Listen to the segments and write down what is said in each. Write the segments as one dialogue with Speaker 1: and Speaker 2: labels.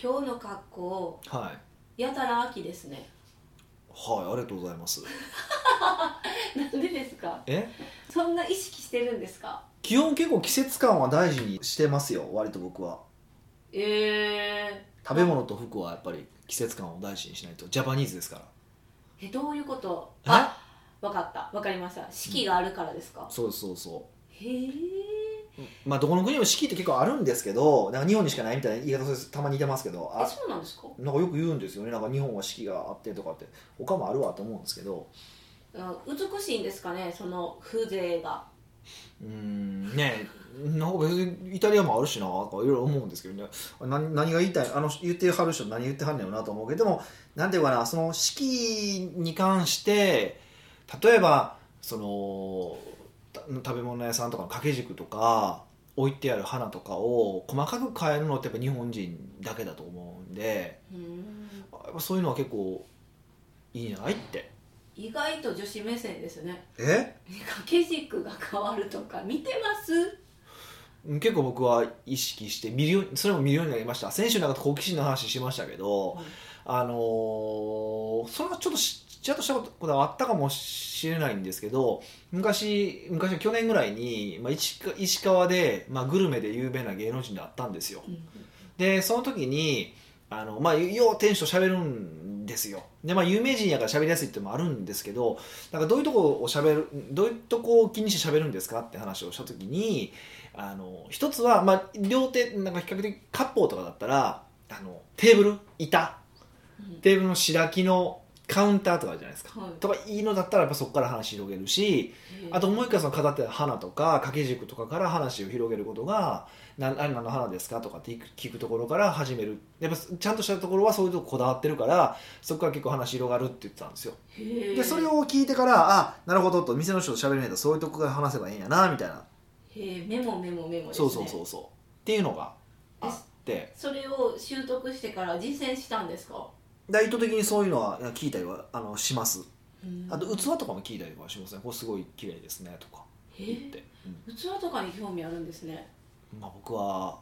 Speaker 1: 今日の格好
Speaker 2: はい
Speaker 1: やたら秋ですね
Speaker 2: はいありがとうございます
Speaker 1: なんでですか
Speaker 2: え
Speaker 1: そんな意識してるんですか
Speaker 2: 基本結構季節感は大事にしてますよ割と僕は
Speaker 1: え
Speaker 2: 食べ物と服はやっぱり季節感を大事にしないとジャパニーズですから
Speaker 1: ー、えどういうこと
Speaker 2: え
Speaker 1: あわかったわかりました四季があるからですか、
Speaker 2: そうそうそう
Speaker 1: へえ
Speaker 2: まあどこの国も四季って結構あるんですけどなんか日本にしかないみたいな言い方するたまに似てますけど
Speaker 1: え
Speaker 2: あ
Speaker 1: そうなんですか
Speaker 2: なんかよく言うんですよねなんか日本は四季があってとかって他もあるわと思うんですけど
Speaker 1: あ美しいんですかねその風情が
Speaker 2: うーんねえなんか別にイタリアもあるしなとかいろいろ思うんですけどね何何が言いたいあの言ってはる人何言ってはんねんよなと思うけどでもなんていうかなその四季に関して例えばそのた食べ物屋さんとかの掛け軸とか置いてある花とかを細かく変えるのってやっぱ日本人だけだと思うんで
Speaker 1: うーん
Speaker 2: やっぱそういうのは結構いいんじゃないって
Speaker 1: 意外と女子目線ですね
Speaker 2: え
Speaker 1: 掛け軸が変わるとか見てます
Speaker 2: うん結構僕は意識して見るようそれも見るようになりました先週なんか好奇心の話しましたけど、
Speaker 1: はい
Speaker 2: あのーそれはちょっとしちゃんとしたことはあったかもしれないんですけど昔昔去年ぐらいに、まあ、石川石川で、まあ、グルメで有名な芸能人であったんですよでその時にあの、まあ、よう店主と喋るんですよで、まあ、有名人やから喋りやすいってのもあるんですけどなんかどういうとこを喋るどういうとこを気にして喋るんですかって話をした時にあの一つは、まあ、両手なんか比較的割烹とかだったらあのテーブル板
Speaker 1: うん
Speaker 2: テーブルの白木のカウンターとかあるじゃないですか。
Speaker 1: はい
Speaker 2: とかいいのだったらやっぱそこから話広げるしあともう一回その飾ってある花とか掛け軸とかから話を広げることが「なあれ何の花ですか?」とかって聞く聞くところから始めるやっぱちゃんとしたところはそういうとここだわってるからそこから結構話広がるって言ってたんですよ
Speaker 1: へえ
Speaker 2: でそれを聞いてから「あなるほど」と店の人と喋れないとそういうとこから話せばいいんやなみたいな、
Speaker 1: へえメモメモメモです
Speaker 2: そ
Speaker 1: ね
Speaker 2: うそうそうそうっていうのがあって
Speaker 1: それを習得してから実践したんですか
Speaker 2: で意図的にそういうのは聞いたりはあのしますあと器とかも聞いたりはしますねこれすごい綺麗ですねとか
Speaker 1: へ
Speaker 2: 言っ
Speaker 1: え
Speaker 2: て、うん
Speaker 1: 器とかに興味あるんですね
Speaker 2: まあ、僕は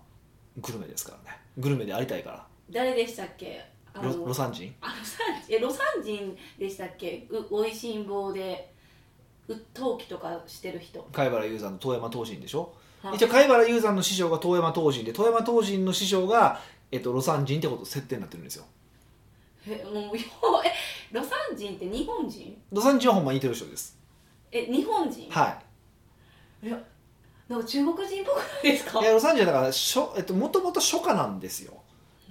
Speaker 2: グルメですからねグルメでありたいから
Speaker 1: 誰でしたっけあ
Speaker 2: ロロサン人
Speaker 1: あロサンえロサン人でしたっけうおいしん坊でう陶器とかしてる人
Speaker 2: 貝原雄山の遠山東進でしょ
Speaker 1: はい
Speaker 2: 一応貝原雄山の師匠が遠山東進で遠山東進の師匠が、えっと、魯山人ってこと設定になってるんですよ
Speaker 1: えもうよえロサン人って日本人
Speaker 2: 魯山人はほんまに似てる人です
Speaker 1: え日本人
Speaker 2: はい
Speaker 1: なんか中国人っぽくないですか
Speaker 2: いや魯山人はだからしょ、えっと、もともと初夏なんですよ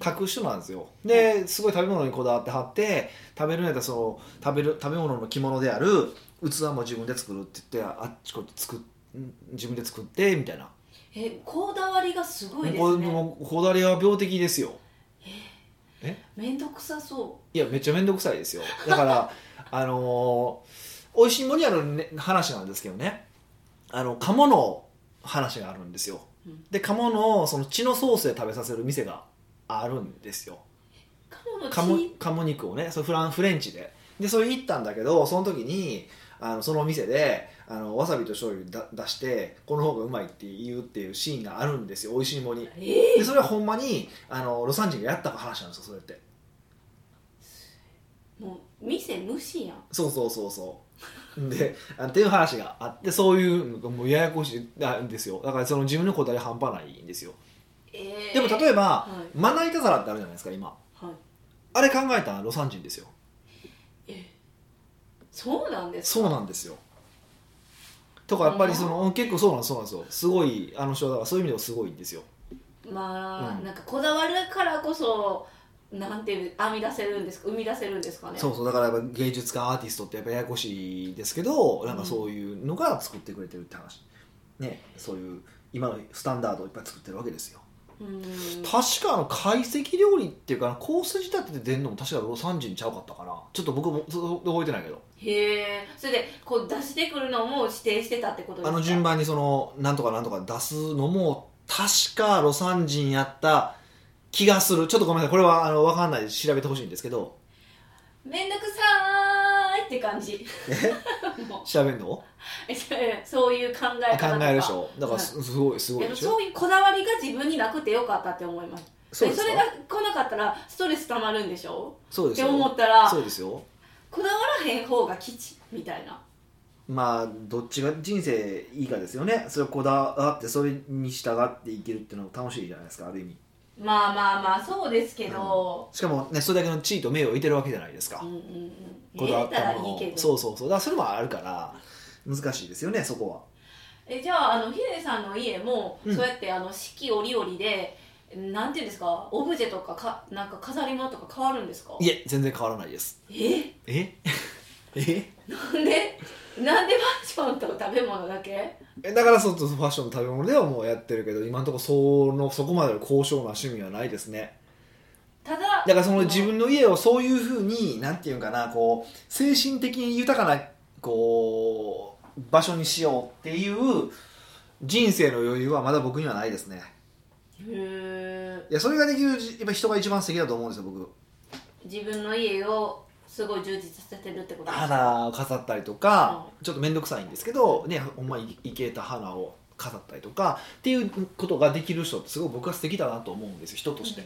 Speaker 2: 隠人なんですよですごい食べ物にこだわってはって食べるんやったらその食べる食べ物の着物である器も自分で作るって言ってあっちこっち作っ自分で作ってみたいな
Speaker 1: えこだわりがすごいで
Speaker 2: こ
Speaker 1: す
Speaker 2: れ
Speaker 1: ね
Speaker 2: もうこだわりは病的ですよ
Speaker 1: 面倒くさそ
Speaker 2: いやめっちゃ面倒くさいですよだから あのー、美味しいもにある、ね、話なんですけどねあの鴨の話があるんですよ、
Speaker 1: うん
Speaker 2: で鴨のその血のソースで食べさせる店があるんですよ
Speaker 1: う鴨の血
Speaker 2: 鴨鴨肉をねそれフランフレンチででそれ行ったんだけどその時にあのそのお店であのわさびと醤油だ出してこの方がうまいって言うっていうシーンがあるんですよ美味しいもに
Speaker 1: え
Speaker 2: でそれはほんまにあの魯山人がやった話なんですよそれって
Speaker 1: ーもう店無視やん
Speaker 2: そうそうそうそうであっていう話があってそういうのがもうややこしいんですよだからその自分の答え半端ないんですよ
Speaker 1: えー、
Speaker 2: でも例えば、
Speaker 1: は
Speaker 2: まな板皿ってあるじゃないですか今
Speaker 1: はい
Speaker 2: あれ考えたのは魯山人ですよ
Speaker 1: そうなんですか
Speaker 2: そうなんですよとかやっぱりその、うん結構そうなんですそうなんですよすごいあの人はだからそういう意味でもすごいんですよ
Speaker 1: まあ、
Speaker 2: うん
Speaker 1: なんかこだわるからこそなんていう編み出せるんですか生み出せるんですかね
Speaker 2: そうそうだからやっぱ芸術家アーティストってやっぱややこしいですけどなんかそういうのが作ってくれてるって話ねそういう今のスタンダードをいっぱい作ってるわけですよ
Speaker 1: うーん
Speaker 2: 確かあの懐石料理っていうかコース仕立てで出んのも確か魯山人ちゃうかったかなちょっと僕もそ覚えてないけど
Speaker 1: へえそれでこう出してくるのも指定してたってことです
Speaker 2: あ
Speaker 1: か
Speaker 2: の順番にそのなんとかなんとか出すのも確か魯山人やった気がするちょっとごめんなさいこれはあの分かんないで調べてほしいんですけど
Speaker 1: めんどくさーいって感じ もう
Speaker 2: 調べるの
Speaker 1: えそそういう考え
Speaker 2: あ
Speaker 1: 方と
Speaker 2: 考
Speaker 1: か
Speaker 2: えるでしょだからすすごいすごい
Speaker 1: で
Speaker 2: で
Speaker 1: も
Speaker 2: しょ
Speaker 1: そういうこだわりが自分になくてよかったって思います
Speaker 2: そうです
Speaker 1: そ
Speaker 2: か
Speaker 1: れが来なかったらストレス溜まるんでしょ
Speaker 2: そう
Speaker 1: っ
Speaker 2: です
Speaker 1: て
Speaker 2: よ
Speaker 1: 思ったら
Speaker 2: そうですよ
Speaker 1: こだわらへん方が吉みたいな
Speaker 2: まあどっちが人生いいかですよねそれをこだわってそれに従っていけるっていうのが楽しいじゃないですかある意味
Speaker 1: まあまあまあそうですけど、
Speaker 2: しかもねそれだけの地位と名誉を得てるわけじゃないですか、
Speaker 1: うん、うんうん
Speaker 2: こ
Speaker 1: 入
Speaker 2: だわ
Speaker 1: れ
Speaker 2: ったた
Speaker 1: らい
Speaker 2: もの
Speaker 1: いけど
Speaker 2: そうそうそうだからそれもあるから難しいですよねそこは
Speaker 1: えじゃああのヒデさんの家も、
Speaker 2: うん
Speaker 1: そうやってあの四季折々でなんていうんですかオブジェとかかなんか飾り物とか変わるんですか
Speaker 2: いえ全然変わらないです
Speaker 1: え
Speaker 2: ええ
Speaker 1: なんでなんでファッションと食べ物だけ
Speaker 2: えだからそうそうファッションの食べ物ではもうやってるけど今のところそのそこまでの高尚な趣味はないですね
Speaker 1: ただ
Speaker 2: だからその自分の家をそういうふうになんていうんかなこう精神的に豊かなこう場所にしようっていう人生の余裕はまだ僕にはないですね
Speaker 1: へー
Speaker 2: いやそれができるじやっぱ人が一番素敵だと思うんですよ僕
Speaker 1: 自分の家をすごい充実させてるってこと
Speaker 2: 花を飾ったりとか、ちょっと面倒くさいんですけどねほんまいいけた花を飾ったりとかっていうことができる人ってすごい僕は素敵だなと思うんですよ人として、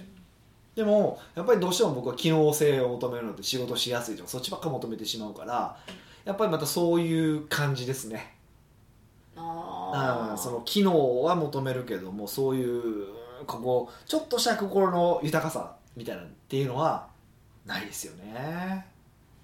Speaker 2: でもやっぱりどうしても僕は機能性を求めるので仕事しやすいとかそっちばっか求めてしまうからやっぱりまたそういう感じですね
Speaker 1: あ
Speaker 2: あ
Speaker 1: あ
Speaker 2: その機能は求めるけどもそういうここちょっとした心の豊かさみたいなっていうのはないですよね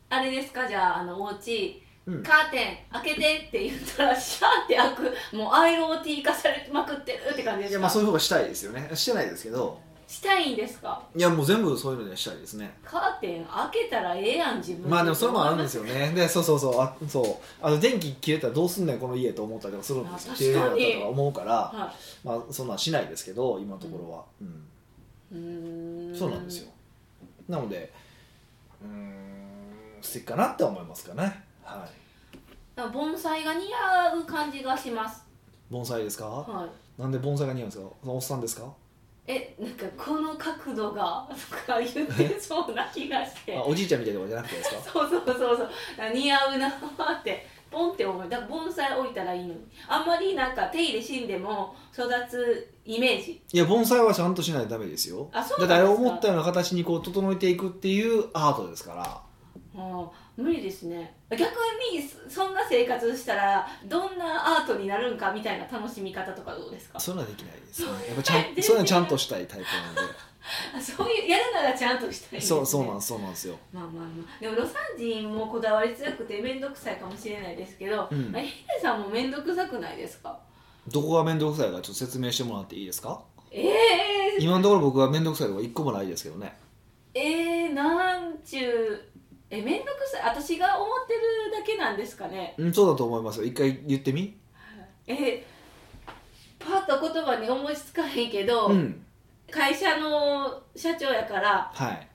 Speaker 1: あれですかじゃああのお家
Speaker 2: うん
Speaker 1: カーテン開けてって言ったらシャーって開くもう IoT 化されまくってるって感じですか
Speaker 2: いやまあそういう方がしたいですよねしてないですけど
Speaker 1: したいんですか
Speaker 2: いやもう全部そういうのにしたいですね
Speaker 1: カーテン開けたらええやん自分
Speaker 2: まあでもそれもあるんです
Speaker 1: よ
Speaker 2: よねでそうそうそうあそうあの電気切れたらどうすんねんこの家と思ったりとかするんですよ
Speaker 1: あ
Speaker 2: っていう
Speaker 1: 確かに
Speaker 2: ようなことは思うから
Speaker 1: は
Speaker 2: まあそんなんしないですけど今のところは、うん
Speaker 1: いうー
Speaker 2: そうなんですよなのでうーん素敵かなって思いますかねはい
Speaker 1: なんか盆栽が似合う感じがします
Speaker 2: 盆栽ですか、
Speaker 1: はい
Speaker 2: なんで盆栽が似合うんですかそのおっさんですか
Speaker 1: えなんかこの角度がとか言ってそうな気がして
Speaker 2: あおじいちゃんみたいなとかじゃなくてですか
Speaker 1: そうそうそうそう似合うなってポンって思うだから盆栽置いたらいいのにあんまりなんか手入れしんでも育つイメージ
Speaker 2: いや盆栽はちゃんとしないとダメですよ
Speaker 1: あそう
Speaker 2: だ
Speaker 1: なん
Speaker 2: って
Speaker 1: ですか
Speaker 2: あれを思ったような形にこう整えていくっていうアートですから
Speaker 1: あー無理ですね逆にそそんな生活したらどんなアートになるんかみたいな楽しみ方とかどうですか
Speaker 2: そういうのはできないですねやっぱちゃんそういうのはちゃんとしたいタイプなんで
Speaker 1: あそういうやるならちゃんとしたいです、ね、
Speaker 2: そうそうなんですそうなんですよ
Speaker 1: まあまあまあでも魯山人もこだわり強くて面倒くさいかもしれないですけど、
Speaker 2: うん
Speaker 1: まあヒデさんも面倒くさくないですか
Speaker 2: どこが面倒くさいかちょっと説明してもらっていいですか
Speaker 1: ええ
Speaker 2: 今のところ僕は面倒くさいとこ一個もないですけどね
Speaker 1: えー、なんちゅうえ面倒くさい私が思ってるだけなんですかね
Speaker 2: うんそうだと思いますよ一回言ってみ
Speaker 1: えパッと言葉に思いつかへんけど、
Speaker 2: うん
Speaker 1: 会社の社長やから
Speaker 2: はい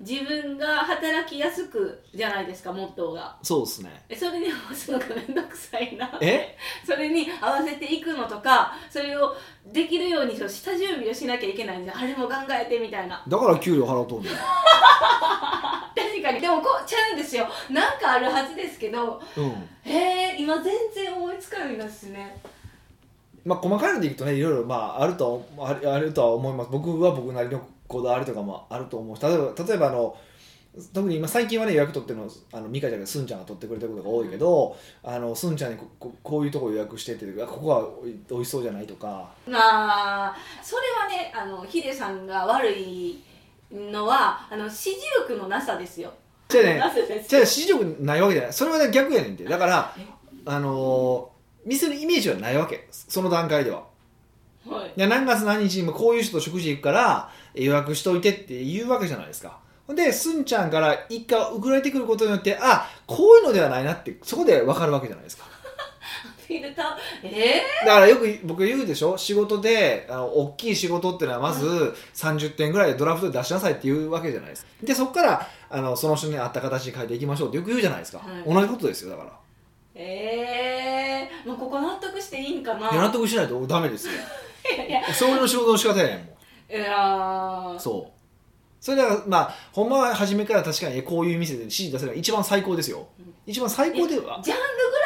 Speaker 1: 自分が働きやすくじゃないですかモットーが
Speaker 2: そうですね
Speaker 1: えそれに合わせるのが面倒くさいな
Speaker 2: え
Speaker 1: それに合わせていくのとかそれをできるようにそう下準備をしなきゃいけないんじゃんあれも考えてみたいな
Speaker 2: だから給料払うとんねん
Speaker 1: 確かにでもこうちゃうんですよなんかあるはずですけど
Speaker 2: うん
Speaker 1: へえ今全然思いつかないですね
Speaker 2: まあ細かいのでいくとねいろいろまああるとはあるあるとは思います僕は僕なりのこだわりとかもあると思うし例えば例えばあの特に今最近はね予約取ってるのあの美香ちゃんがすんちゃんが取ってくれてることが多いけど、あのすんちゃんにこここういうとこ予約してってあここはおいおいしそうじゃないとか
Speaker 1: まあそれはねあのヒデさんが悪いのはあの四十九のなさですよ
Speaker 2: じゃあね
Speaker 1: なさです
Speaker 2: じゃあ市場ないわけじゃないそれはね逆やねんてだから
Speaker 1: え
Speaker 2: あのー店のイメージはないわけその段階では
Speaker 1: はい
Speaker 2: いや何月何日にもこういう人と食事行くからえ予約しといてって言うわけじゃないですかほんですんちゃんから一回送られてくることによってあこういうのではないなってそこで分かるわけじゃないですか
Speaker 1: フィルターええ
Speaker 2: だからよく僕言うでしょ仕事であの大きい仕事っていうのはまず30点ぐらいでドラフトで出しなさいっていうわけじゃないですかでそこからあのその人に合った形に変えていきましょうってよく言うじゃないですか、
Speaker 1: はい
Speaker 2: 同じことですよだから
Speaker 1: ええもうここ納得していいんかない
Speaker 2: や納得しないとダメですよ
Speaker 1: いやいや
Speaker 2: そういうの仕事の仕方やねんも
Speaker 1: いや
Speaker 2: ん
Speaker 1: ー
Speaker 2: そうそれだからまあほんまは初めから確かにこういう店で指示出せるのが一番最高ですよ
Speaker 1: うん
Speaker 2: 一番最高では
Speaker 1: ジャンル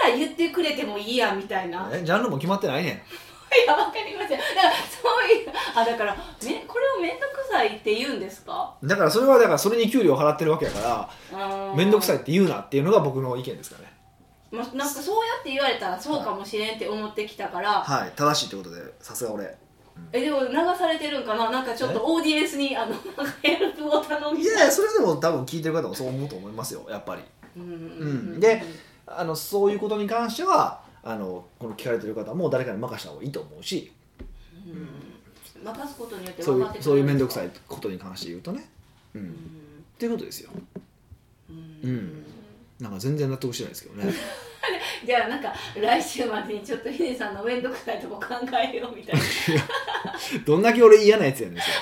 Speaker 1: ぐらい言ってくれてもいいやみたいな
Speaker 2: えジャンルも決まってないね
Speaker 1: いやわかりますよだからそういうあだからめこれを面倒くさいって言うんですか
Speaker 2: だからそれはだからそれに給料を払ってるわけだか
Speaker 1: う
Speaker 2: ら
Speaker 1: ーん
Speaker 2: 面倒くさいって言うなっていうのが僕の意見ですかね
Speaker 1: ま、なんかそうやって言われたらそうかもしれんって思ってきたから、
Speaker 2: はい正しいってことでさすが俺
Speaker 1: えでも流されてるんかななんかちょっ
Speaker 2: え
Speaker 1: とオーディエンスにあのなんかヘルプを頼み
Speaker 2: い
Speaker 1: たい
Speaker 2: やいやそれでも多分聞いてる方もそう思うと思いますよやっぱり
Speaker 1: うん
Speaker 2: うんであのそういうことに関してはあのこの聞かれてる方も誰かに任した方がいいと思うし
Speaker 1: うん任すことによって
Speaker 2: そう
Speaker 1: 分
Speaker 2: い
Speaker 1: かって
Speaker 2: うそういう面倒くさ
Speaker 1: い
Speaker 2: いことに関して言うとねう
Speaker 1: うんん
Speaker 2: っていうことですよ
Speaker 1: うん
Speaker 2: うんなんか全然納得してないですけどね
Speaker 1: じゃあなんか来週までにちょっとヒデさんの面倒くさいとこ考えようみたいな い
Speaker 2: どんだけ俺嫌なやつやねんですよ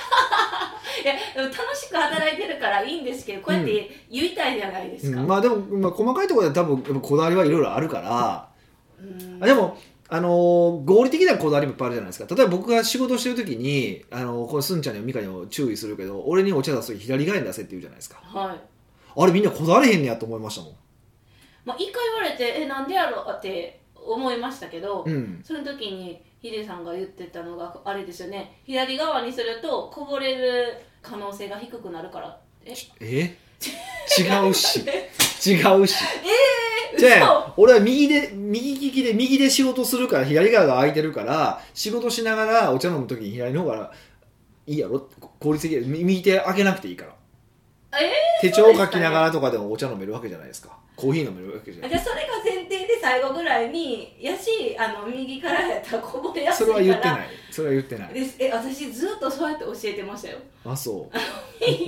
Speaker 1: やでも楽しく働いてるからいいんですけどこうやって言いたいじゃないですか、
Speaker 2: うんまあでも、まあ、細かいところでは多分やっぱこだわりはいろいろあるから、
Speaker 1: うん
Speaker 2: あでもあのー合理的なこだわりもいっぱいあるじゃないですか例えば僕が仕事してる時に、あのーこれすんちゃんにも美香にも注意するけど俺にお茶出す時左側に出せって言うじゃないですか
Speaker 1: はい
Speaker 2: あれみんなこだわれへんねやと思いましたもん
Speaker 1: まあ一回言われてえなんでやろうって思いましたけど、
Speaker 2: うん
Speaker 1: その時にヒデさんが言ってたのがあれですよね左側にするとこぼれる可能性が低くなるからえ
Speaker 2: え違うし違うし
Speaker 1: え
Speaker 2: じゃ
Speaker 1: 嘘
Speaker 2: あ俺は右で右利きで右で仕事するから左側が空いてるから仕事しながらお茶飲む時に左の方がいいやろ効率的やみ右手開けなくていいから
Speaker 1: え
Speaker 2: 手帳を書きながらとかでもお茶飲めるわけじゃないですかコーヒー飲めるわけじゃな
Speaker 1: ー
Speaker 2: い
Speaker 1: じゃあそれが前提で最後ぐらいにやしあの右からやったらこぼれやす
Speaker 2: そ
Speaker 1: い
Speaker 2: れ
Speaker 1: から
Speaker 2: は言ってないそれは言ってない
Speaker 1: ですえ私ずっとそうやって教えてましたよ
Speaker 2: あそ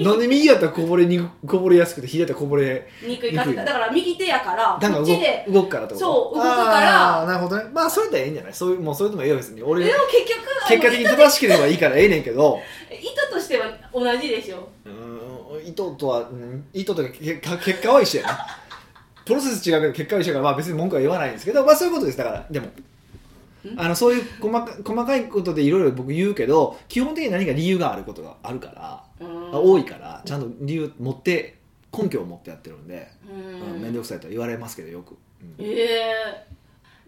Speaker 2: うなんで右やったらこぼれにこぼれやすくて左やったらこぼれ
Speaker 1: 憎いか
Speaker 2: 憎
Speaker 1: っ
Speaker 2: い
Speaker 1: ただから右手やから
Speaker 2: なんか
Speaker 1: こっ
Speaker 2: 動
Speaker 1: ちで
Speaker 2: く動くからってこと
Speaker 1: そう動くから
Speaker 2: あーなるほどねまあそれでいいんじゃないそういうもうそれでもいいよ別に
Speaker 1: で
Speaker 2: 俺
Speaker 1: も
Speaker 2: 結
Speaker 1: 結局あの
Speaker 2: 果的に正しければいいからええねんけど
Speaker 1: 意図としては同じでしょ
Speaker 2: うーん意図とは、うん、意図というか結果結果は一緒や なプロセス違うけど結果は一緒やから、まあ、別に文句は言わないんですけど、まあ、そういうことですだからでもあのそういう細か細かいことでいろいろ僕言うけど基本的に何か理由があることがあるから、
Speaker 1: うん
Speaker 2: 多いからちゃんと理由持って根拠を持ってやってるんで
Speaker 1: う
Speaker 2: 面
Speaker 1: ん
Speaker 2: 倒、くさいとは言われますけどよく、うん
Speaker 1: え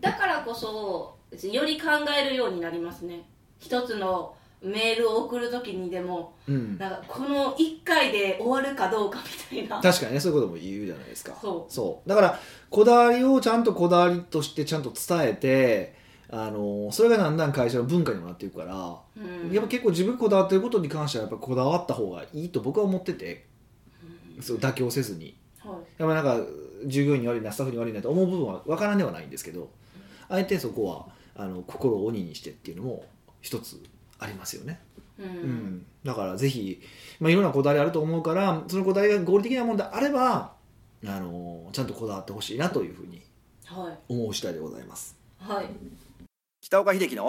Speaker 1: ー、だからこそより考えるようになりますね一つのメールを送る時にでも
Speaker 2: うん
Speaker 1: なんかこの1回で終わるかどうかみたいな
Speaker 2: 確かにねそういうことも言うじゃないですか
Speaker 1: そう
Speaker 2: だからこだわりをちゃんとこだわりとしてちゃんと伝えてあのそれがだんだん会社の文化にもなっていくから、
Speaker 1: うん
Speaker 2: やっぱ結構自分こだわってることに関してはやっぱこだわった方がいいと僕は思ってて、そう妥協せずに
Speaker 1: はい
Speaker 2: やっぱなんか従業員に悪いなスタッフに悪いなと思う部分は分からんではないんですけどあえてそこはあの心を鬼にしてっていうのも一つありますよね、
Speaker 1: うん
Speaker 2: うん、だからぜひ、まあ、いろんなこだわりあると思うからそのこだわりが合理的なものであればあのちゃんとこだわってほしいなというふうに
Speaker 1: はい
Speaker 2: 思う次第でございます
Speaker 1: はい
Speaker 2: 北岡秀樹の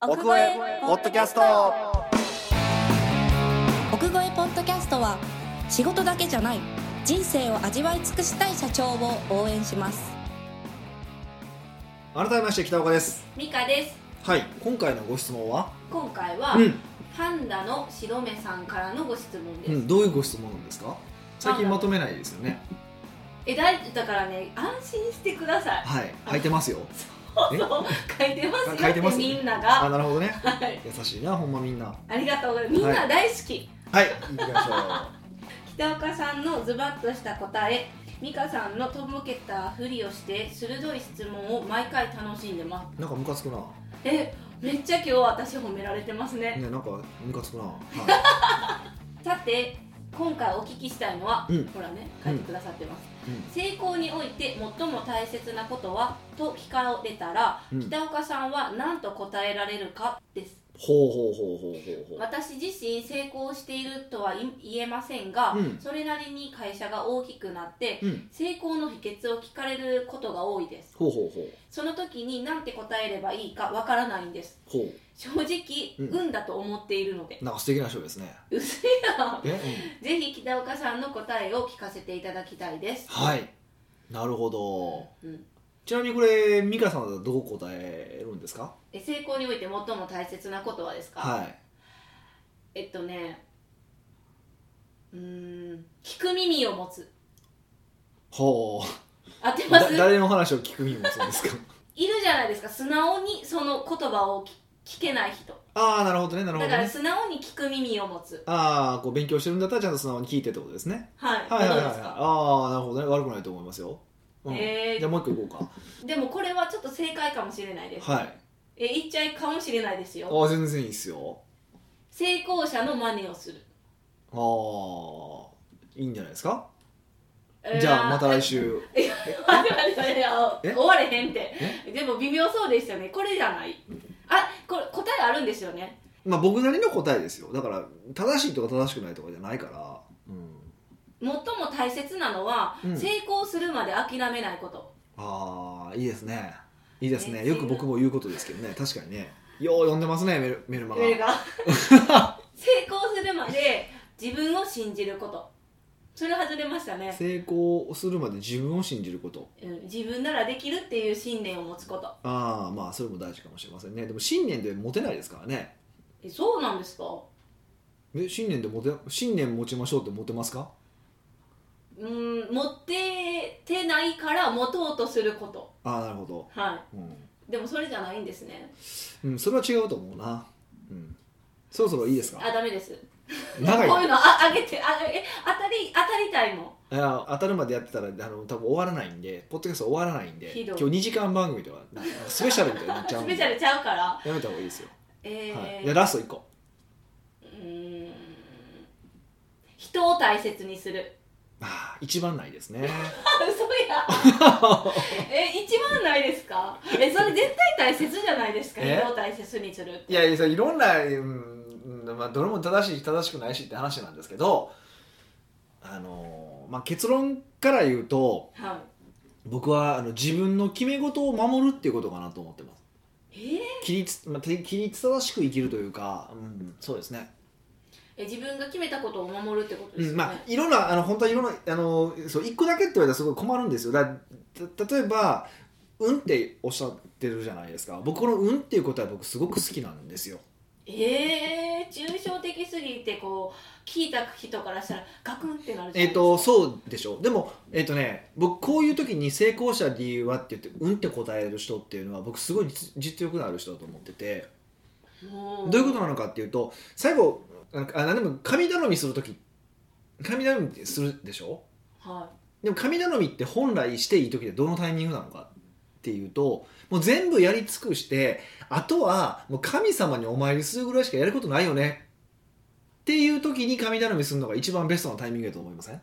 Speaker 2: 奥越えポッドキャスト
Speaker 3: 奥越えポッドキャストは仕事だけじゃない人生を味わい尽くしたい社長を応援します
Speaker 2: 改めまして北岡です
Speaker 1: ミカです
Speaker 2: はい今回のご質問は、
Speaker 1: 今回は、
Speaker 2: うん
Speaker 1: パンダの白目さんからのご質問です、
Speaker 2: うん、どういうご質問なんですか最近まとめないですよね
Speaker 1: えだいだからね安心してください
Speaker 2: はい履いてますよえ
Speaker 1: そう書いてますよ
Speaker 2: 書い
Speaker 1: って
Speaker 2: ます
Speaker 1: てみんな
Speaker 2: あ
Speaker 1: が
Speaker 2: なるほどね
Speaker 1: はい
Speaker 2: 優しいなほんまみんな
Speaker 1: ありがとうございますみんな大好き、
Speaker 2: はい、行きましょう。
Speaker 1: 北岡さんのズバッとした答え美香さんのとぼけたふりをして鋭い質問を毎回楽しんでます
Speaker 2: なんかムカつくな。
Speaker 1: えめっちゃ今日私褒められてますね、
Speaker 2: ね、なんかムカつくな。は
Speaker 1: さて今回お聞きしたいのは、
Speaker 2: うん
Speaker 1: ほらね書いてくださってます、
Speaker 2: うん
Speaker 1: 成功において最も大切なことはと聞かれたら、
Speaker 2: い。うん
Speaker 1: 北岡さんは何と答えられるかです
Speaker 2: ほうほうほうほうほうほう。
Speaker 1: 私自身成功しているとは言えませんが、
Speaker 2: うん
Speaker 1: それなりに会社が大きくなって
Speaker 2: うん。
Speaker 1: 成功の秘訣を聞かれることが多いです
Speaker 2: ほうほうほう。
Speaker 1: その時に何て答えればいいかわからないんです
Speaker 2: ほ
Speaker 1: 正直、
Speaker 2: うん
Speaker 1: 運だと思っているので
Speaker 2: う。なんか素敵な人ですね。
Speaker 1: うせや
Speaker 2: え、
Speaker 1: ぜひ北岡さんの答えを聞かせていただきたいです
Speaker 2: はい。なるほど。
Speaker 1: うん、ち
Speaker 2: ちなみにこれミカさんはどう答えるんですか。
Speaker 1: え成功において最も大切なことはですか、
Speaker 2: はい。
Speaker 1: えっとねうーん聞く耳を持つ
Speaker 2: ほ
Speaker 1: 合って
Speaker 2: う。
Speaker 1: ま
Speaker 2: だ
Speaker 1: す
Speaker 2: 誰の話を聞くにもそうですか。
Speaker 1: いるじゃないですか素直にその言葉をき聞けない人
Speaker 2: ああなるほどねなるほ
Speaker 1: だ
Speaker 2: ど
Speaker 1: から
Speaker 2: ね
Speaker 1: 素直に聞く耳を持つ
Speaker 2: ああこう勉強してるんだったらちゃんと素直に聞いてってことですね
Speaker 1: はい、
Speaker 2: はいは
Speaker 1: ど
Speaker 2: いはいは
Speaker 1: う
Speaker 2: い
Speaker 1: ですか
Speaker 2: ああなるほどね悪くないと思いますよ、うん
Speaker 1: えー
Speaker 2: じゃあもう一個いこう
Speaker 1: でもこれはちょっと正解かもしれないです
Speaker 2: かはい
Speaker 1: え言っちゃいかもしれないですよ
Speaker 2: ああ全然いいっすよ
Speaker 1: 成功者の真似をする
Speaker 2: ああいいんじゃないですかじゃあまた来週
Speaker 1: 待って待って待ってあ
Speaker 2: え
Speaker 1: 終われへんってでも微妙そうでしたねこれじゃないあこれ答えあるんですよね
Speaker 2: まあ僕なりの答えですよだから正しいとか正しくないとかじゃないから、うん、
Speaker 1: 最も大切なのは、
Speaker 2: うん
Speaker 1: 成功するまで諦めないこと
Speaker 2: ああいいですねいいですね
Speaker 1: ね
Speaker 2: よく僕も言うことですけどね確かにねよう読んでますねメルメルマ
Speaker 1: こ
Speaker 2: ガ
Speaker 1: れ が成功するまで自分を信じることそれ外れましたね、
Speaker 2: 成功するまで自分を信じること
Speaker 1: うん、自分ならできるっていう信念を持つこと
Speaker 2: ああまあそれも大事かもしれませんねでも信念で持てないですからね
Speaker 1: えそうなんですか
Speaker 2: え信念で持て信念持ちましょうって持てますか
Speaker 1: うん持っててないから持とうとすること
Speaker 2: ああなるほど、
Speaker 1: は
Speaker 2: うん
Speaker 1: いでもそれじゃないんですね
Speaker 2: うん、それは違うと思うな、うん、そろそろいいですか
Speaker 1: あダメです
Speaker 2: 長い
Speaker 1: こういうのあ上げてあえ当たり当たりたいもん
Speaker 2: いや当たるまでやってたらあの多分終わらないんでポッドキャスト終わらないんで
Speaker 1: ひど
Speaker 2: 今
Speaker 1: い
Speaker 2: 日2時間番組とか なんかスペシャルみたいになっちゃう
Speaker 1: ス
Speaker 2: ん
Speaker 1: ペ
Speaker 2: で
Speaker 1: シャルちゃうから
Speaker 2: やめた方がいいですよ、
Speaker 1: えー
Speaker 2: はい、じゃあラスト1個
Speaker 1: うーん人を大切にする
Speaker 2: ああ一番ないですね
Speaker 1: 嘘 やえ一番ないですかえそれ絶対大切じゃないですか
Speaker 2: え
Speaker 1: 人を大切にするって
Speaker 2: いやいやそれいろんな、うんうんまあ、どれも正しい正しくないしって話なんですけどあのー、まあ、結論から言うと
Speaker 1: は
Speaker 2: 僕はあの自分の決め事を守るっていうことかなと思ってます
Speaker 1: い、えー
Speaker 2: 規律,、まあ、て規律正しく生きるというか、うん、そうですね
Speaker 1: え自分が決めたことを守るってことです
Speaker 2: う
Speaker 1: よ
Speaker 2: ん
Speaker 1: ね、
Speaker 2: まあ、いろんなあの本当はいろんなあのそう一個だけって言われたらすごい困るんですよだた例えば「うん」っておっしゃってるじゃないですか僕この「うん」っていうことは僕すごく好きなんですよ
Speaker 1: えー、抽象的すぎてこう聞いた人からしたらガクンってなるじゃ
Speaker 2: え
Speaker 1: ないです
Speaker 2: っ、
Speaker 1: か
Speaker 2: とそうでしょうでもえっ、とね僕こういう時に成功した理由はって言って「うん」って答える人っていうのは僕すごい実実力のある人だと思ってて
Speaker 1: も
Speaker 2: どういうことなのかっていうと最後なんかあ何でも神頼みする時神頼みってするでしょ
Speaker 1: は
Speaker 2: でも神頼みって本来していい時ってどのタイミングなのかっていうともう全部やり尽くしてあとはもう神様にお参りするぐらいしかやることないよねっていう時に神頼みするのが一番ベストなタイミングだと思いません
Speaker 1: い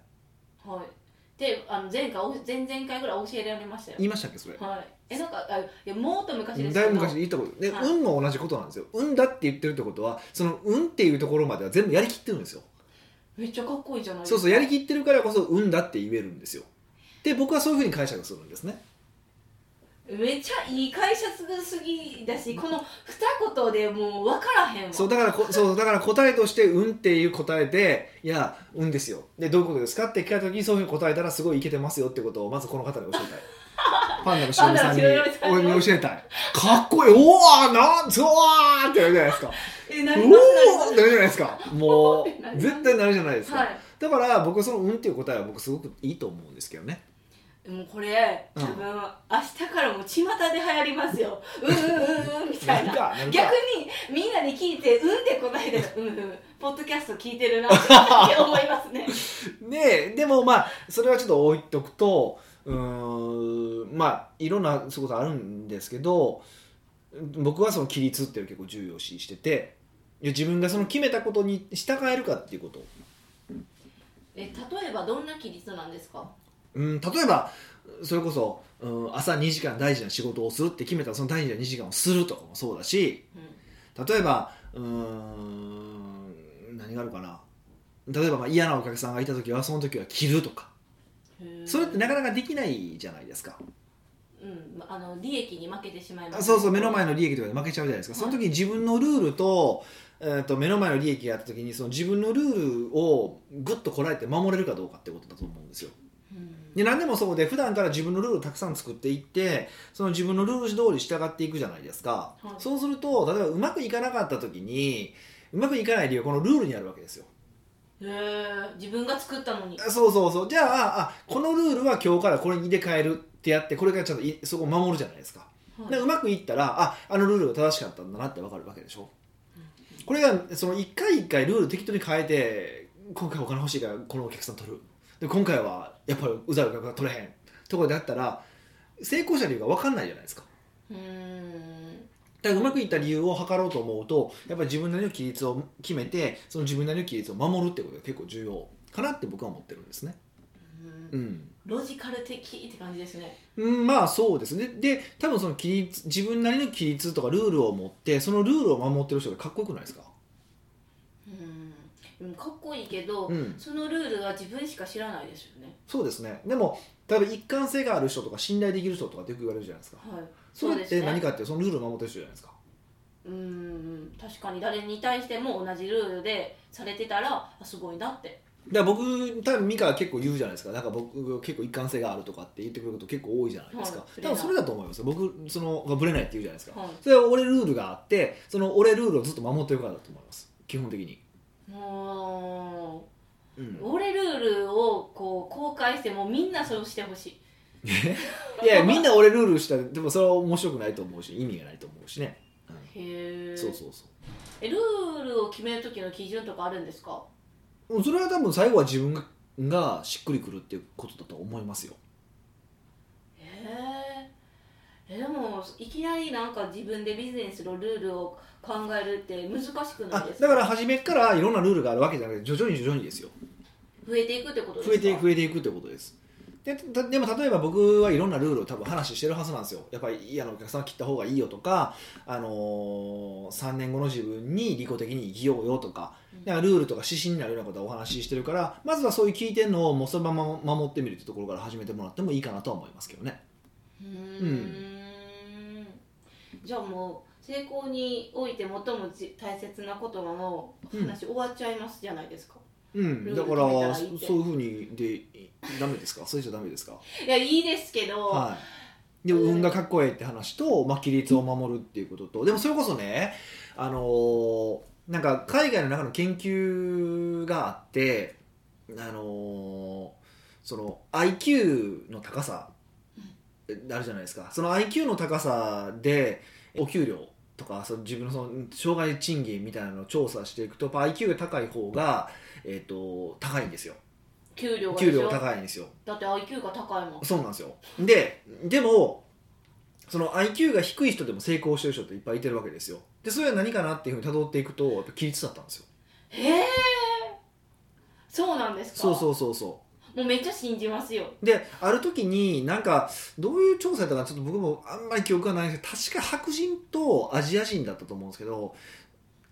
Speaker 1: はいであの前回お前々回ぐらい教えられましたよ
Speaker 2: 言いましたっけそれ
Speaker 1: はいえなんかあいやもっと昔ですけ
Speaker 2: だい
Speaker 1: ど
Speaker 2: ぶ昔に言ったことで、
Speaker 1: はい
Speaker 2: 運も同じことなんですよ運だって言ってるってことはその運っていうところまでは全部やりきってるんですよ
Speaker 1: めっちゃかっこいいじゃないです
Speaker 2: そ
Speaker 1: か
Speaker 2: うそうやりきってるからこそ運だって言えるんですよで僕はそういうふうに解釈するんですね
Speaker 1: めっちゃいい会社すぐすぎだしこの二言でもう分からへんわ
Speaker 2: そうだからこそうだから答えとして「うん」っていう答えで「いやうんですよ」で「どういうことですか?」って聞かれた時にそういうふうに答えたらすごいいけてますよってことをまずこの方に教えたいパンダのしおりさんに
Speaker 1: パンダのしおりさんに
Speaker 2: 俺に教えたいかっこいい「おおなんぞー!」ってなるじゃないですか「
Speaker 1: えな
Speaker 2: う
Speaker 1: ります
Speaker 2: おー!」ってなるじゃないですかも
Speaker 1: なり
Speaker 2: う
Speaker 1: ます
Speaker 2: 絶対なるじゃないですか、
Speaker 1: は
Speaker 2: だから僕はその「うん」っていう答えは僕すごくいいと思うんですけどね
Speaker 1: いもうこれ多分明日からもう巷で流行りますようんうんうんうんみたいな
Speaker 2: なるかなるか
Speaker 1: 逆にみんなに聞いてうんって答えてうんうんポッドキャスト聞いてるなって思いますね
Speaker 2: ででもまあそれはちょっと置いとくとうーんまあいろんなそういうことあるんですけど僕はその規律っていうのを結構重要視してていや自分がその決めたことに従えるかっていうこと、
Speaker 1: え例えばどんな規律なんですか
Speaker 2: うん、例えばそれこそ、うん、朝2時間大事な仕事をするって決めたらその大事な2時間をするとかもそうだし
Speaker 1: うん
Speaker 2: 例えばうーん何があるかな例えばまあ嫌なお客さんがいた時はその時は着るとか
Speaker 1: へー
Speaker 2: それってなかなかできないじゃないですか
Speaker 1: うんあの利益に負けてしまいま
Speaker 2: あ
Speaker 1: す
Speaker 2: そうそう目の前の利益とかで負けちゃうじゃないですかその時に自分のルールと,、えー、と目の前の利益があった時にその自分のルールをぐっとこらえて守れるかどうかってことだと思うんですよ
Speaker 1: うん
Speaker 2: で何でもそうで普段から自分のルールをたくさん作っていってその自分のルール通り従っていくじゃないですか、
Speaker 1: はい
Speaker 2: そうすると例えばうまくいかなかった時にうまくいかない理由はこのルールにあるわけですよ
Speaker 1: へー自分が作ったのに
Speaker 2: あそうそうそうじゃああこのルールは今日からこれに入れ替えるってやってこれからちゃんといそこを守るじゃないですか
Speaker 1: はい
Speaker 2: でうまくいったらああのルールが正しかったんだなってわかるわけでしょこれがその一回一回ルール適当に変えて今回お金欲しいからこのお客さん取るで今回はやっぱりうざいお客が取れへんところであったら成功者の理由が分かんないじゃないですか
Speaker 1: うーん
Speaker 2: だからうまくいった理由を測ろうと思うとやっぱり自分なりの規律を決めてその自分なりの規律を守るってことが結構重要かなって僕は思ってるんですね
Speaker 1: う
Speaker 2: うんん
Speaker 1: ロジカル的って感じですね
Speaker 2: うん、まあそうですねで多分その規律自分なりの規律とかルールを持ってそのルールを守ってる人がかっこよくないですか、
Speaker 1: うんでもかっこいいけど、
Speaker 2: うん、
Speaker 1: そのルールは自分しか知らないですよね
Speaker 2: そうですねでも例えば一貫性がある人とか信頼できる人とかってよく言われるじゃないですか
Speaker 1: はい
Speaker 2: それ
Speaker 1: うで
Speaker 2: っ
Speaker 1: す
Speaker 2: て
Speaker 1: ね
Speaker 2: 何かってそのルールを守ってる人じゃないですか
Speaker 1: うん確かに誰に対しても同じルールでされてたらあすごいなって
Speaker 2: だから僕多分美香は結構言うじゃないですかなんか僕結構一貫性があるとかって言ってくること結構多いじゃないですか、
Speaker 1: はい
Speaker 2: 多分それだと思いますよ僕そのがぶれないって言うじゃないですか、
Speaker 1: はい
Speaker 2: それは俺ルールがあってその俺ルールをずっと守ってるからだと思います基本的に、
Speaker 1: も
Speaker 2: うん
Speaker 1: う俺ルールをこう公開してもみんなそれをしてほしい
Speaker 2: いやみんな俺ルールしたらでもそれは面白くないと思うし意味がないと思うしね、
Speaker 1: へえ
Speaker 2: そうそうそ
Speaker 1: えルールを決める時の基準とかあるんですか
Speaker 2: ううんそれは多分最後は自分ががしっくりくるっていうことだと思いますよ
Speaker 1: へええでもいきなりなんか自分でビジネスのルールを考えるって難しくない
Speaker 2: あ
Speaker 1: です
Speaker 2: だから初めからいろんなルールがあるわけじゃなくて徐々に徐々にですよ
Speaker 1: 増えていくってことですか
Speaker 2: 増えていく増えていくってことですでたでも例えば僕はいろんなルールを多分話してるはずなんですよやっぱりいやあのお客さんは切った方がいいよとか、あのー、3年後の自分に利己的に生きようよとか
Speaker 1: うん
Speaker 2: なんかルールとか指針になるようなことをお話ししてるからまずはそういう聞いてるのをもうそのまま守ってみるってところから始めてもらってもいいかなとは思いますけどね
Speaker 1: うーんじゃあもう成功において最もじ大切なことはもう
Speaker 2: うん
Speaker 1: 話終わっちゃいますじゃないですか、
Speaker 2: うん
Speaker 1: ルール
Speaker 2: だか
Speaker 1: 決めたら
Speaker 2: ら
Speaker 1: いいっ
Speaker 2: そう
Speaker 1: て
Speaker 2: いうふうにでいダメですかそれじゃダメですか
Speaker 1: いやいいですけど、
Speaker 2: はい、で運がかっこええって話と、まあ、規律を守るっていうこととでもそれこそね、あのーなんか海外の中の研究があって、あのーその IQ の高さあるじゃないですかその IQ の高さでお給料とかその自分のその障害賃金みたいなのを調査していくとやっぱ IQ が高い方が、えっと高いんですよ
Speaker 1: 給料がで
Speaker 2: 給
Speaker 1: し
Speaker 2: 料
Speaker 1: ょ
Speaker 2: が高いんですよ
Speaker 1: だって IQ が高いもん
Speaker 2: そうなんですよででもその IQ が低い人でも成功してる人っていっぱいいてるわけですよでそれは何かなっていうふうに辿っていくとやっぱ規律だったんですよ
Speaker 1: へえそうなんですか
Speaker 2: そうそうそうそ
Speaker 1: もうめっちゃ信じますよ
Speaker 2: うである時になんかどういう調査だったかちょっと僕もあんまり記憶がないんですけど確か白人とアジア人だったと思うんですけど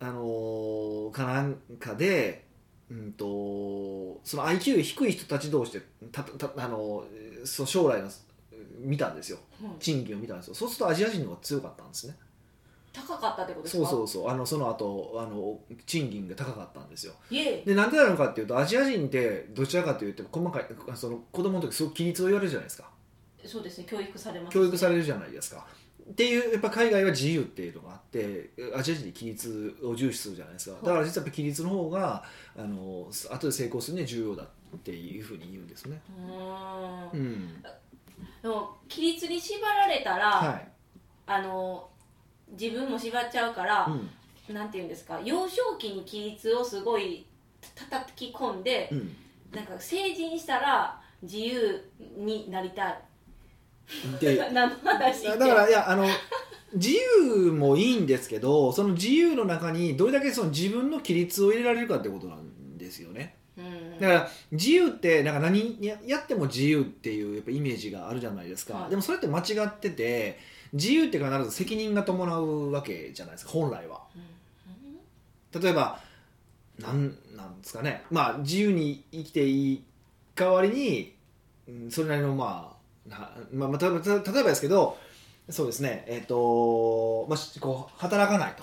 Speaker 2: あのーかなんかでうんとその IQ が低い人たち同士でたたあのーその将来の見たんですよ
Speaker 1: うん
Speaker 2: 賃金を見たんですよそうするとアジア人の方が強かったんですね
Speaker 1: 高かったってことです
Speaker 2: そう
Speaker 1: か
Speaker 2: そううそうあのその後あの賃金が高かったんですよ
Speaker 1: イエ
Speaker 2: でなんでなのかっていうとアジア人ってどちらかというと細かいその子供の時すごく規律を言われるじゃないですか
Speaker 1: イそうですね教育されます
Speaker 2: 教育さ
Speaker 1: れ
Speaker 2: れるじゃないですかっていうやっぱ海外は自由っていうのがあってアジア人に規律を重視するじゃないですかだから実はやっぱ規律の方があの後で成功するには重要だっていうふうに言うんですね
Speaker 1: うーん
Speaker 2: うん
Speaker 1: でも規律に縛られたら、
Speaker 2: はい、
Speaker 1: あの自分も縛っちゃうから、
Speaker 2: うん
Speaker 1: なんていうんですか幼少期に規律をすごい叩き込んで
Speaker 2: う、ん、
Speaker 1: なんか成人したら自由になりたい
Speaker 2: で
Speaker 1: 何の話言っ
Speaker 2: だ
Speaker 1: て
Speaker 2: だからいやあの自由もいいんですけどその自由の中にどれだけその自分の規律を入れられるかってことなんですよね
Speaker 1: うん
Speaker 2: だから自由ってなんか何ややっても自由っていうやっぱイメージがあるじゃないですか、
Speaker 1: はい
Speaker 2: でもそれって間違ってて自由って必ず責任が伴うわけじゃないですか本来は
Speaker 1: うん
Speaker 2: 例えばなんなんですかねまあ自由に生きていい代わりにうんそれなりのまあなまあまあ、例えばた例えばですけどそうですねえっ、と、まあ、しこう働かないと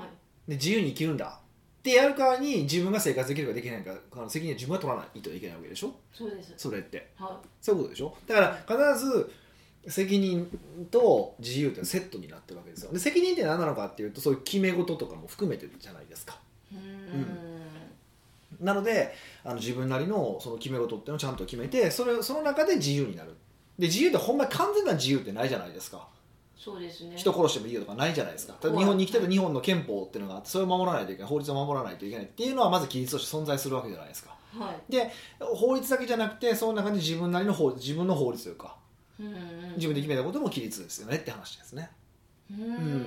Speaker 1: はい
Speaker 2: で自由に生きるんだってやる代わりに自分が生活できるかできないかあの責任は自分が取らないといけないわけでしょ
Speaker 1: そうです
Speaker 2: それって
Speaker 1: は
Speaker 2: そういうことでしょだから必ず責任と自由っていうのはセットになってるわけですよで責任って何なのかっていうとそういう決め事とかも含めてじゃないですか
Speaker 1: いうん
Speaker 2: なのであの自分なりのその決め事っていうのをちゃんと決めてそれその中で自由になるで自由ってほんまに完全な自由ってないじゃないですか
Speaker 1: そうですね
Speaker 2: 人殺してもいいよとかないじゃないですかただ日本に来てる日本の憲法っていうのがあってそれを守らないといけない法律を守らないといけないっていうのはまず規律として存在するわけじゃないですか
Speaker 1: は
Speaker 2: 法律だけじゃなくてその中に自分なりの法自分の法律というか
Speaker 1: い、うんうん、
Speaker 2: 自分で決めたことも規律ですよねって話ですね
Speaker 1: うーん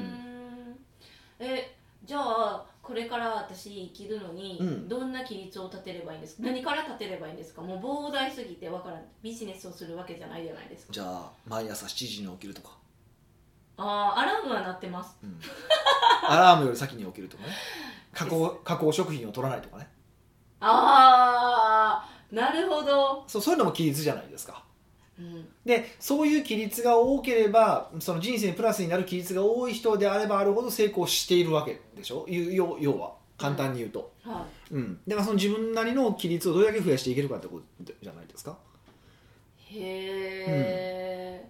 Speaker 1: えじゃあこれから私生きるのに
Speaker 2: うん
Speaker 1: どんな規律を立てればいいんですか、何から立てればいいんですかもう膨大すぎてわからんビジネスをするわけじゃないじゃないですか
Speaker 2: じゃあ毎朝7時に起きるとか、
Speaker 1: ああアラームは鳴ってます
Speaker 2: うんアラームより先に起きるとかね加工加工食品を取らないとかね
Speaker 1: ああなるほど、
Speaker 2: そうそういうのも規律じゃないですか
Speaker 1: うん、
Speaker 2: でそういう規律が多ければその人生にプラスになる規律が多い人であればあるほど成功しているわけでしょいう要要は簡単に言うと、
Speaker 1: は
Speaker 2: うん、でまあその自分なりの規律をどれだけ増やしていけるかってことじゃないですか
Speaker 1: いへ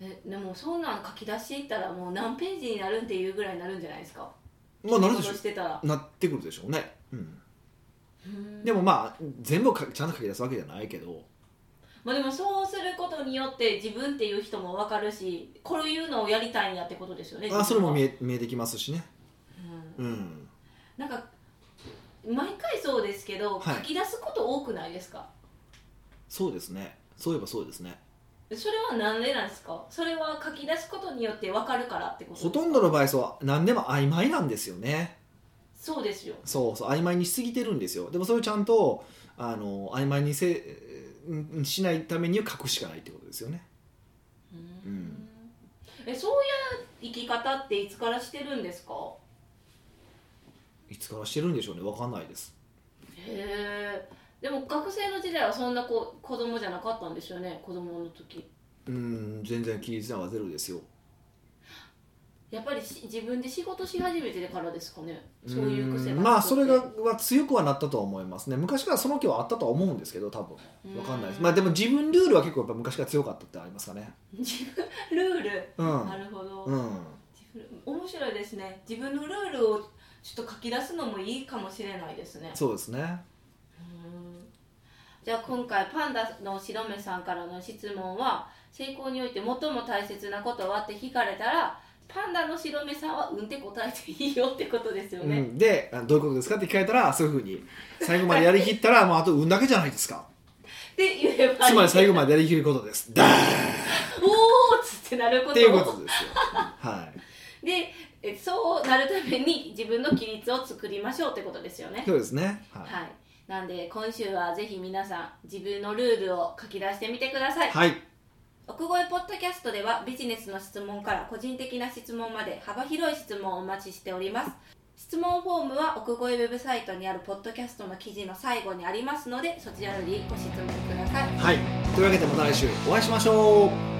Speaker 1: ーえでもそんなん書き出していったらもう何ページになるんっていうぐらいになるんじゃないですか
Speaker 2: まあなるでし
Speaker 1: 仕事してたら
Speaker 2: ょなってくるでしょうね、うん、
Speaker 1: うん
Speaker 2: でもまあ全部をかちゃんと書き出すわけじゃないけど
Speaker 1: まあ、でもそうすることによって自分っていう人も分かるしこういうのをやりたいんやってことですよね
Speaker 2: あそれも見
Speaker 1: え、
Speaker 2: え見えてきますしね
Speaker 1: うん
Speaker 2: うん
Speaker 1: なんか毎回そうですけど、
Speaker 2: はい
Speaker 1: 書き出すこと多くないですか
Speaker 2: そうですねそういえばそうですね
Speaker 1: それはなんでなんですかそれは書き出すことによって分かるからってことです
Speaker 2: ほ
Speaker 1: か
Speaker 2: とんどの場合そう何でも曖昧なんですよね
Speaker 1: そうですよ
Speaker 2: そうそう曖昧にしすぎてるんですよでもそれをちゃんとあの曖昧にせうんしないためには書くしかないってことですよね
Speaker 1: う
Speaker 2: うん
Speaker 1: えそういう生き方っていつからしてるんですか
Speaker 2: いつからしてるんでしょうね分かんないです
Speaker 1: へえでも学生の時代はそんな子子供じゃなかったんですよね子供の時
Speaker 2: うん全然規律なんかゼロですよ
Speaker 1: やっぱりし自分で仕事し始めてからですかねそういう癖
Speaker 2: う
Speaker 1: が
Speaker 2: んまあそれがは強くはなったとは思いますね昔からその気はあったとは思うんですけど多分分かんないですまあでも自分ルールは結構やっぱ昔から強かったってありますかね
Speaker 1: 自分ルール
Speaker 2: うん
Speaker 1: なるほど、
Speaker 2: うん
Speaker 1: 自分面白いですね自分のルールをちょっと書き出すのもいいかもしれないですね
Speaker 2: そうですね
Speaker 1: うんじゃあ今回パンダの白目さんからの質問は成功において最も大切なことはって聞かれたらパンダの白目さんはうんって答えていいよってことですよ
Speaker 2: う
Speaker 1: ね、
Speaker 2: ん、であどういうことですかって聞かれたらそういうふうに最後までやりきったらもうあと運だけじゃないですか
Speaker 1: って言えば
Speaker 2: つまり最後
Speaker 1: ま
Speaker 2: までやりきることですだーン
Speaker 1: でおおっつってなることを
Speaker 2: っていうことですよはい
Speaker 1: でえそうなるために自分の規律を作りましょうってことですよね
Speaker 2: そうですねはい、
Speaker 1: はいなんで今週はぜひ皆さん自分のルールを書き出してみてください、
Speaker 2: はい、
Speaker 1: 奥越ポッドキャストではビジネスの質問から個人的な質問まで幅広い質問をお待ちしております質問フォームは奥越ウェブサイトにあるポッドキャストの記事の最後にありますのでそちらよりご質問ください
Speaker 2: はい、というわけでまた来週お会いしましょう